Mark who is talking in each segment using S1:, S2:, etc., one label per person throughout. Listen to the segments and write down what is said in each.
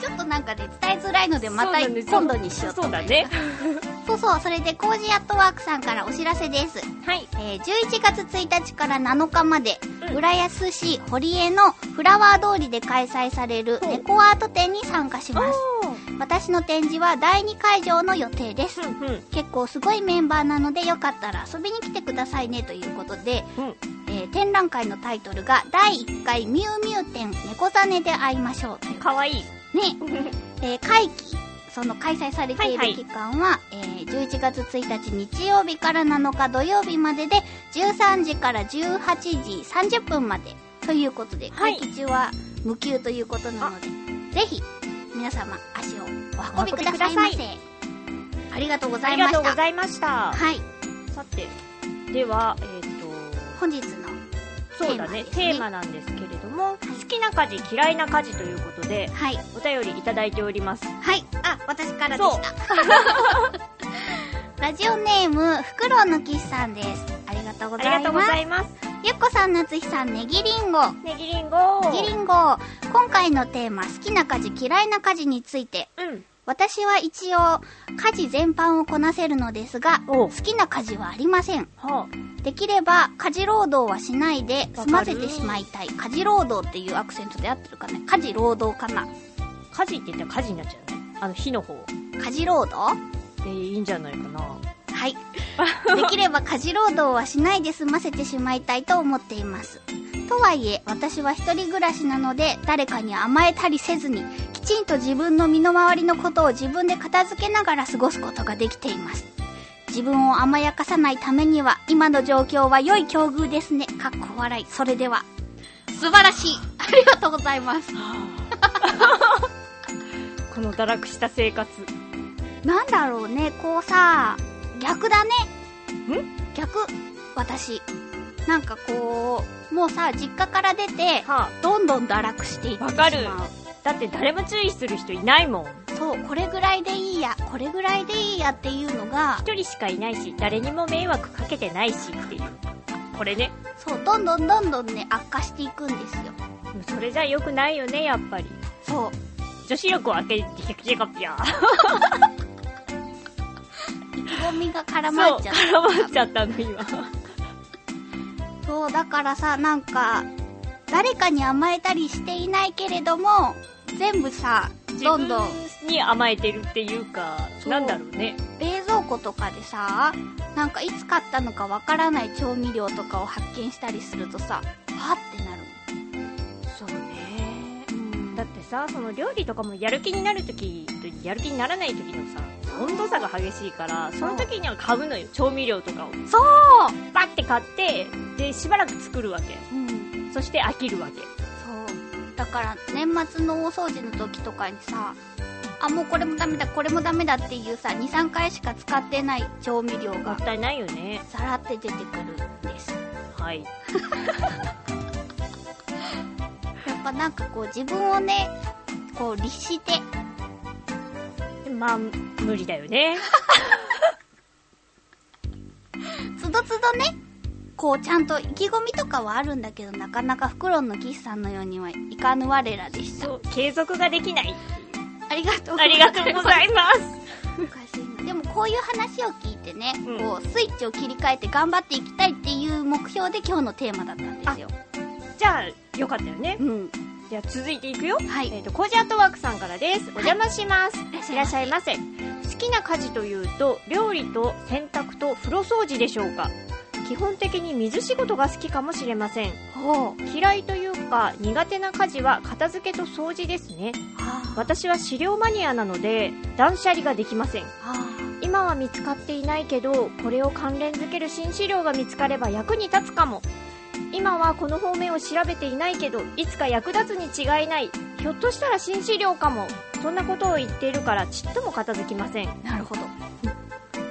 S1: ちょっとなんかね伝えづらいのでまた今度にしようと
S2: そう
S1: 思い
S2: だ
S1: ます
S2: ね
S1: そうそうそれでコージーアットワークさんからお知らせです、
S2: はい
S1: えー11月1日から7日まで、
S2: うん
S1: 浦安市堀江のフラワー通りで開催される
S2: ほう
S1: 猫アート展に参加し
S2: あ
S1: ます私の展示は第2会場の予定です
S2: ーうん
S1: 結構すごいメンバーなのでよかったら遊びに来てくださいねということで、
S2: うん
S1: えー展覧会のタイトルが「第1回ミュウミュウ展猫ザネで会いましょう」という
S2: かわい い
S1: ね、えー会期その開催されてい
S2: はいは
S1: る
S2: い
S1: 期間は、えー11月1日日曜日から7日土曜日までで13時から18時30分までということで、
S2: はい
S1: 会期中は無休ということなのでぜひ皆様足をお運びくださいませ
S2: お運びくだ
S1: ありがとうござ
S2: あ
S1: い
S2: り
S1: ま
S2: が
S1: し
S2: とうご
S1: た
S2: ざいました
S1: はい
S2: さてではえっ、と
S1: 本日の
S2: そうだね
S1: テ
S2: テ
S1: ー
S2: ー
S1: マ
S2: マなんですけれども、好きな家事嫌いな家事ということで
S1: はい
S2: お便りいただいております
S1: はいあ私からでした ラジオネームフクロウの岸さんですありがとうご
S2: あり
S1: ざ
S2: が
S1: い
S2: とう
S1: ま
S2: ご
S1: す
S2: ざいます
S1: ゆっこさんなつひさんねぎりんご
S2: ねぎりんご
S1: ねぎりんご今回のテーマ好きな家事嫌いな家事について
S2: うん
S1: 私は一応家事全般をこなせるのですが好
S2: お
S1: きな家事はありません
S2: は
S1: できれば家事労働はしないで済
S2: わかる
S1: ませてしまいたい家事労働っていうアクセントで合ってるかね家事労働かな
S2: あ、家事って言ったら家事になっちゃうねあの火の方
S1: 家事労働
S2: でいいんじゃないかな
S1: はい。できれば家事労働はしないで済ませてしまいたいと思っています。とはいえ、私は一人暮らしなので、誰かに甘えたりせずに、きちんと自分の身の回りのことを自分で片付けながら過ごすことができています。自分を甘やかさないためには、今の状況は良い境遇ですね。かっこ笑い。それでは。素晴らしい。ありがとうございます。
S2: この堕落した生活。
S1: なんだろうね、こうさ、逆だね。
S2: ん
S1: 逆、私。なんかこう、もうさ、実家から出て、
S2: は
S1: どんどん堕落していってしまう。
S2: わかるあ、だって誰も注意する人いないもん。
S1: そう、これぐらいでいいや、これぐらいでいいやっていうのが、
S2: 一人しかいないし、誰にも迷惑かけてないしっていう。これね。
S1: そう、どんどんどんどんね、悪化していくんですよ。
S2: それじゃ良くないよね、やっぱり。
S1: そう。
S2: 女子力を開けてきてかぴゃ。
S1: 意気込みが絡
S2: そ
S1: ま
S2: う、
S1: っちゃった。
S2: 絡まっちゃったの、今。
S1: そう、だからさ、なんか、誰かに甘えたりしていないけれども、全部さ、どんどん。
S2: 自分に甘えてるっていうか、
S1: そう
S2: なんだろうね。
S1: 冷蔵庫とかでさなんかいつ買ったのかわからない調味料とかを発見したりするとさはってなる
S2: そうね。
S1: うん
S2: だってさその料理とかもやる気になるときとやる気にならないときのさ温度差が激しいからその時には買うのよ調味料とかを
S1: そう、
S2: バッて買ってでしばらく作るわけ
S1: うん、
S2: そして飽きるわけ
S1: そうだから年末の大掃除の時とかにさあもうこれもダメだこれもダメだっていうさ23回しか使ってない調味料
S2: もっ
S1: が
S2: たいないよね
S1: さらって出てくるんです
S2: はい
S1: やっぱなんかこう自分をねこう律して
S2: まあ無理だよね
S1: つどつどねこうちゃんと意気込みとかはあるんだけどなかなかフクロンの岸さんのようにはいかぬ我らでした
S2: そう継続ができない
S1: ありがとうござ
S2: あ
S1: い
S2: り
S1: ます
S2: がとうございます
S1: おかしいなでもこういう話を聞いてね、
S2: うん
S1: こうスイッチを切り替えて頑張っていきたいっていう目標で今日のテーマだったんですよ
S2: じゃあよかったよね
S1: うん
S2: じゃあ続いていくよ
S1: はい
S2: えっ、と、コージアットワークさんからです。お邪魔します。
S1: い
S2: いらっしゃいませ。好きな家事というと、料理と洗濯と風呂掃除でしょうか。基本的に水仕事が好きかもしれません。
S1: ほう
S2: 嫌いというか、苦手な家事は片付けと掃除ですね。
S1: あ
S2: 私は資料マニアなので、断捨離ができません。
S1: あ
S2: 今は見つかっていないけどこれを関連づける新資料が見つかれば役に立つかも今はこの方面を調べていないけどいつか役立つに違いないひょっとしたら新資料かもそんなことを言っているからちっとも片付きません
S1: なるほど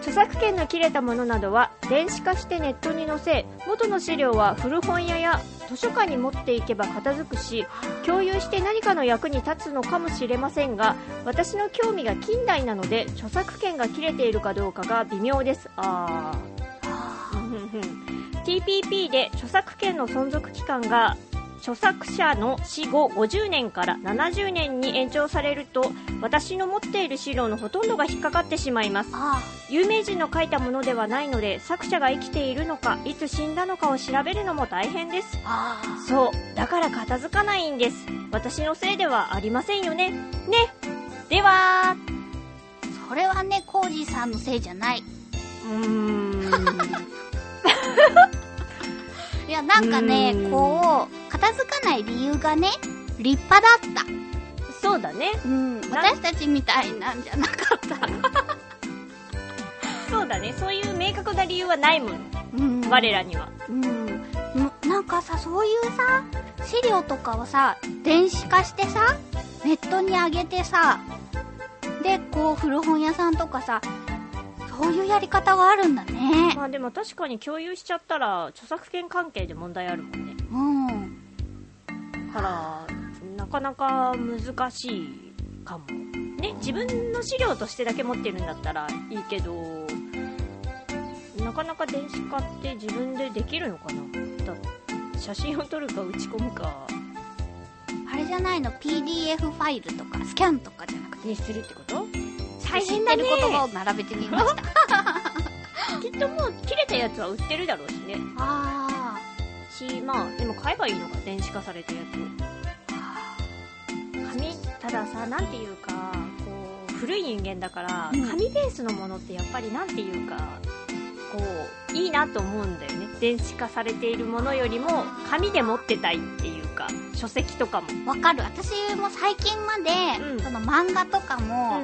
S2: 著作権の切れたものなどは電子化してネットに載せ元の資料は古本屋や図書館に持っていけば片付くし共有して何かの役に立つのかもしれませんが私の興味が近代なので著作権が切れているかどうかが微妙ですあー
S1: あ
S2: TPP で著作権の存続期間が著作者の死後50年から70年に延長されると私の持っている資料のほとんどが引っかかってしまいます
S1: あ
S2: 有名人の書いたものではないので作者が生きているのかいつ死んだのかを調べるのも大変です
S1: ああ
S2: そうだから片付かないんです私のせいではありませんよねねでは
S1: それはねコージーさんのせいじゃないう
S2: ー ん
S1: いやなんかね
S2: うん
S1: こう片付かない理由がね立派だっ
S2: そうだね
S1: たうん私たちみたいなんじゃなかった
S2: そうだねそういう明確な理由はないもん
S1: うん
S2: 我らには
S1: うん、むなんかさそういうさ資料とかをさ電子化してさネットに上げてさでこう古本屋さんとかさそういうやり方があるんだね
S2: まあでも確かに共有しちゃったら著作権関係で問題あるもんね
S1: うん
S2: だからなかなか難しいかもね自分の資料としてだけ持ってるんだったらいいけどなかなか電子化って自分でできるのかなだ写真を撮るか打ち込むか
S1: あれじゃないの PDF ファイルとかスキャンとかじゃなくて
S2: にするってこと
S1: 大変
S2: 大変
S1: な
S2: だ
S1: る
S2: ね
S1: 言葉を並べてみました
S2: きっともう切れたやつは売ってるだろうしね
S1: あ
S2: しまあでも買えばいいのか電子化されたやつを紙たださなんていうかこう古い人間だから
S1: うん
S2: 紙ベースのものってやっぱりなんていうかこういいなと思うんだよね電子化されているものよりも紙で持ってたいっていうか書籍とかも、
S1: わかる私も最近まで、
S2: うん
S1: その漫画とかも、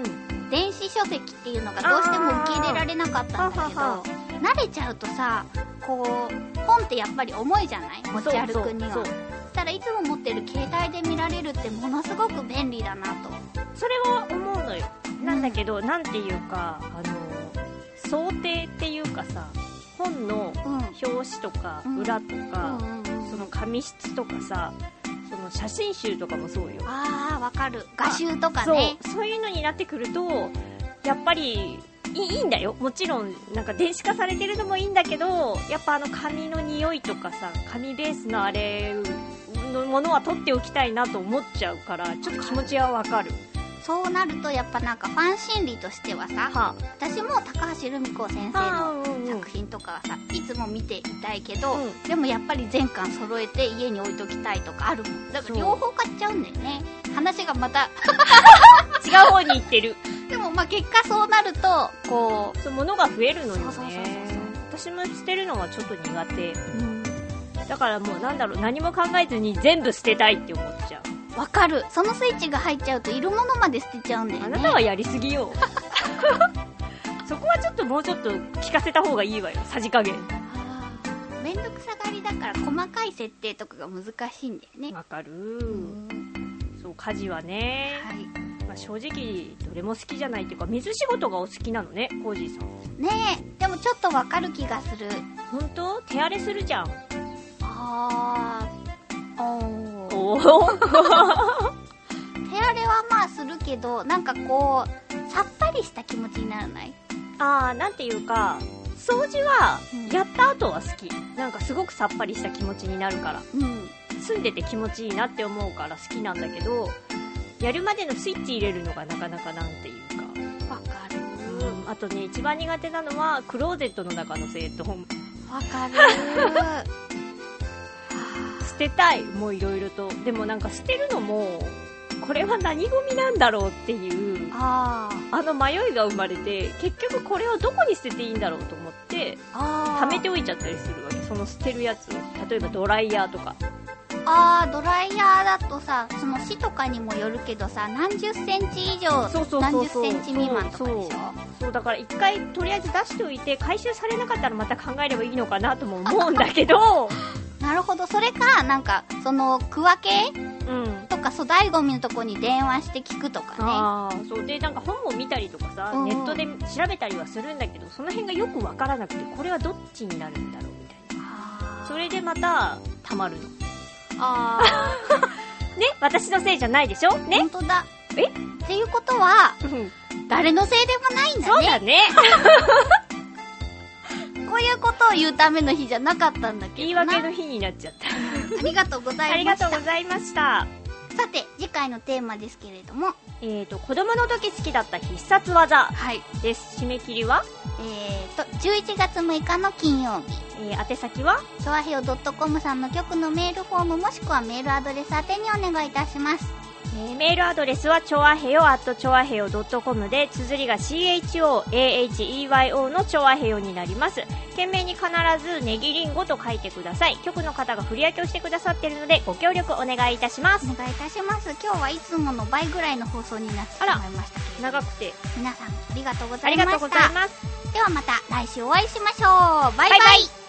S1: 電子書籍っていうのがどうしても受け入れられなかったんだけど
S2: あーははは
S1: 慣れちゃうとさこう本ってやっぱり重いじゃない持ち歩くには
S2: そ
S1: そう
S2: そ
S1: し
S2: う
S1: たらいつも持ってる携帯で見られるってものすごく便利だなと
S2: それは思うのよなんだけど、なんていうかあの想定っていうかさ本の
S1: うんうん
S2: 表紙とか
S1: うん
S2: 裏とか、
S1: うんうん
S2: その紙質とかさその写真集とかもそうよ
S1: あーわかる画集とか
S2: そう
S1: ね
S2: そういうのになってくるとやっぱりいいいいんだよもちろんなんか電子化されてるのもいいんだけどやっぱあの紙の匂いとかさ紙ベースのあれのものは取っておきたいなと思っちゃうからちょっと気持ちはわかる
S1: そうなるとやっぱなんかファン心理としてはさ
S2: は
S1: 私も高橋留美子先生
S2: あ
S1: の
S2: うんうん
S1: 作品とかはさいつも見ていたいけど、
S2: うん
S1: でもやっぱり全巻揃えて家に置いときたいとかあるもんだか
S2: そう
S1: ら両方買っちゃうんだよね話がまた
S2: 違う方に行ってる
S1: でもまあ結果そうなるとこ
S2: そう物が増えるのよね
S1: そうそうそうそう
S2: 私も捨てるのはちょっと苦手だからもうなんだろう何も考えずに全部捨てたいって思っちゃう
S1: うわかるそのスイッチが入っちゃうといるものまで捨てちゃうんだよね
S2: あなたはやりすぎ よそこはちょっともうちょっと聞かせた方がいいわよさじ加減
S1: あーめんどくさがりだから細かい設定とかが難しいんだよね
S2: わかる、
S1: うん
S2: そう家事はね、
S1: はい
S2: まあ、正直どれも好きじゃないっていうか水仕事がお好きなのねコージーさん
S1: ねえでもちょっとわかる気がする
S2: 本当手荒れするじゃん
S1: あーおー
S2: おお
S1: 手荒れはまあするけどなんかこうさっぱりした気持ちにならない
S2: ああなんていうか掃除は
S1: うん
S2: やった後は好きなんかすごくさっぱりした気持ちになるから
S1: うん
S2: 住んでて気持ちいいなって思うから好きなんだけどやるまでのスイッチ入れるのがなかなかなんていうか
S1: わかる
S2: うんあとね一番苦手なのはクローゼットの中の整頓
S1: わか る
S2: 捨てたいもういろいろとでもなんか捨てるのもこれは何ゴミなんだろうっていう
S1: あー
S2: あの迷いが生まれて結局これをどこに捨てていいんだろうと思って
S1: あ
S2: 溜めておいちゃったりするわけその捨てるやつを例えばドライヤーとか
S1: あードライヤーだとさその死とかにもよるけどさ何十センチ以上
S2: そうそう
S1: 何
S2: そ
S1: 十
S2: うそう
S1: センチ未満とかでしょ
S2: そうそうだから一回とりあえず出しておいて回収されなかったらまた考えればいいのかなとも思うんだけ ど
S1: なるほどそれかなんかその区分け
S2: うん
S1: とか粗大ゴミのとこに電話して聞くとかね
S2: ああそうでなんか本を見たりとかさ、
S1: うん
S2: ネットで調べたりはするんだけどその辺がよくわからなくてこれはどっちになるんだろうみたい
S1: あ
S2: な
S1: ー
S2: それでまたたまるのね
S1: あー
S2: 私のせいじゃないでしょね
S1: 本当だ。
S2: え
S1: っていうことは、 誰のせいでもないんだ
S2: そう
S1: ね。
S2: だね
S1: こういうことを言うための日じゃなかったんだけどな。
S2: 言い訳の日になっちゃった
S1: ありがとうござ
S2: あり
S1: い
S2: が
S1: まし
S2: と
S1: た。
S2: うございました
S1: さて、次回のテーマですけれども、
S2: えーと子供の時好きだった必殺技
S1: はい。
S2: です締め切りは、
S1: えーと、11月6日の金曜日、
S2: えー宛先は
S1: ソワヘオ .com さんの局のメールフォームもしくはメールアドレス宛てにお願いいたします。
S2: えーメールアドレスは、ちょわへよ、at ちょわへよ .com で、綴りが CHOAHEYO のちょわへよになります。件名に必ず、ネギリンゴと書いてください。局の方が振り分けをしてくださっているので、ご協力お願いいたします。
S1: お願いいたします。今日はいつもの倍ぐらいの放送になってしまいましたけれど
S2: 長くて、
S1: 皆さんありがとうござ
S2: あ
S1: いま
S2: りが
S1: した。
S2: とうございます。
S1: ではまた来週お会いしましょう。バイバイ。
S2: バイバイ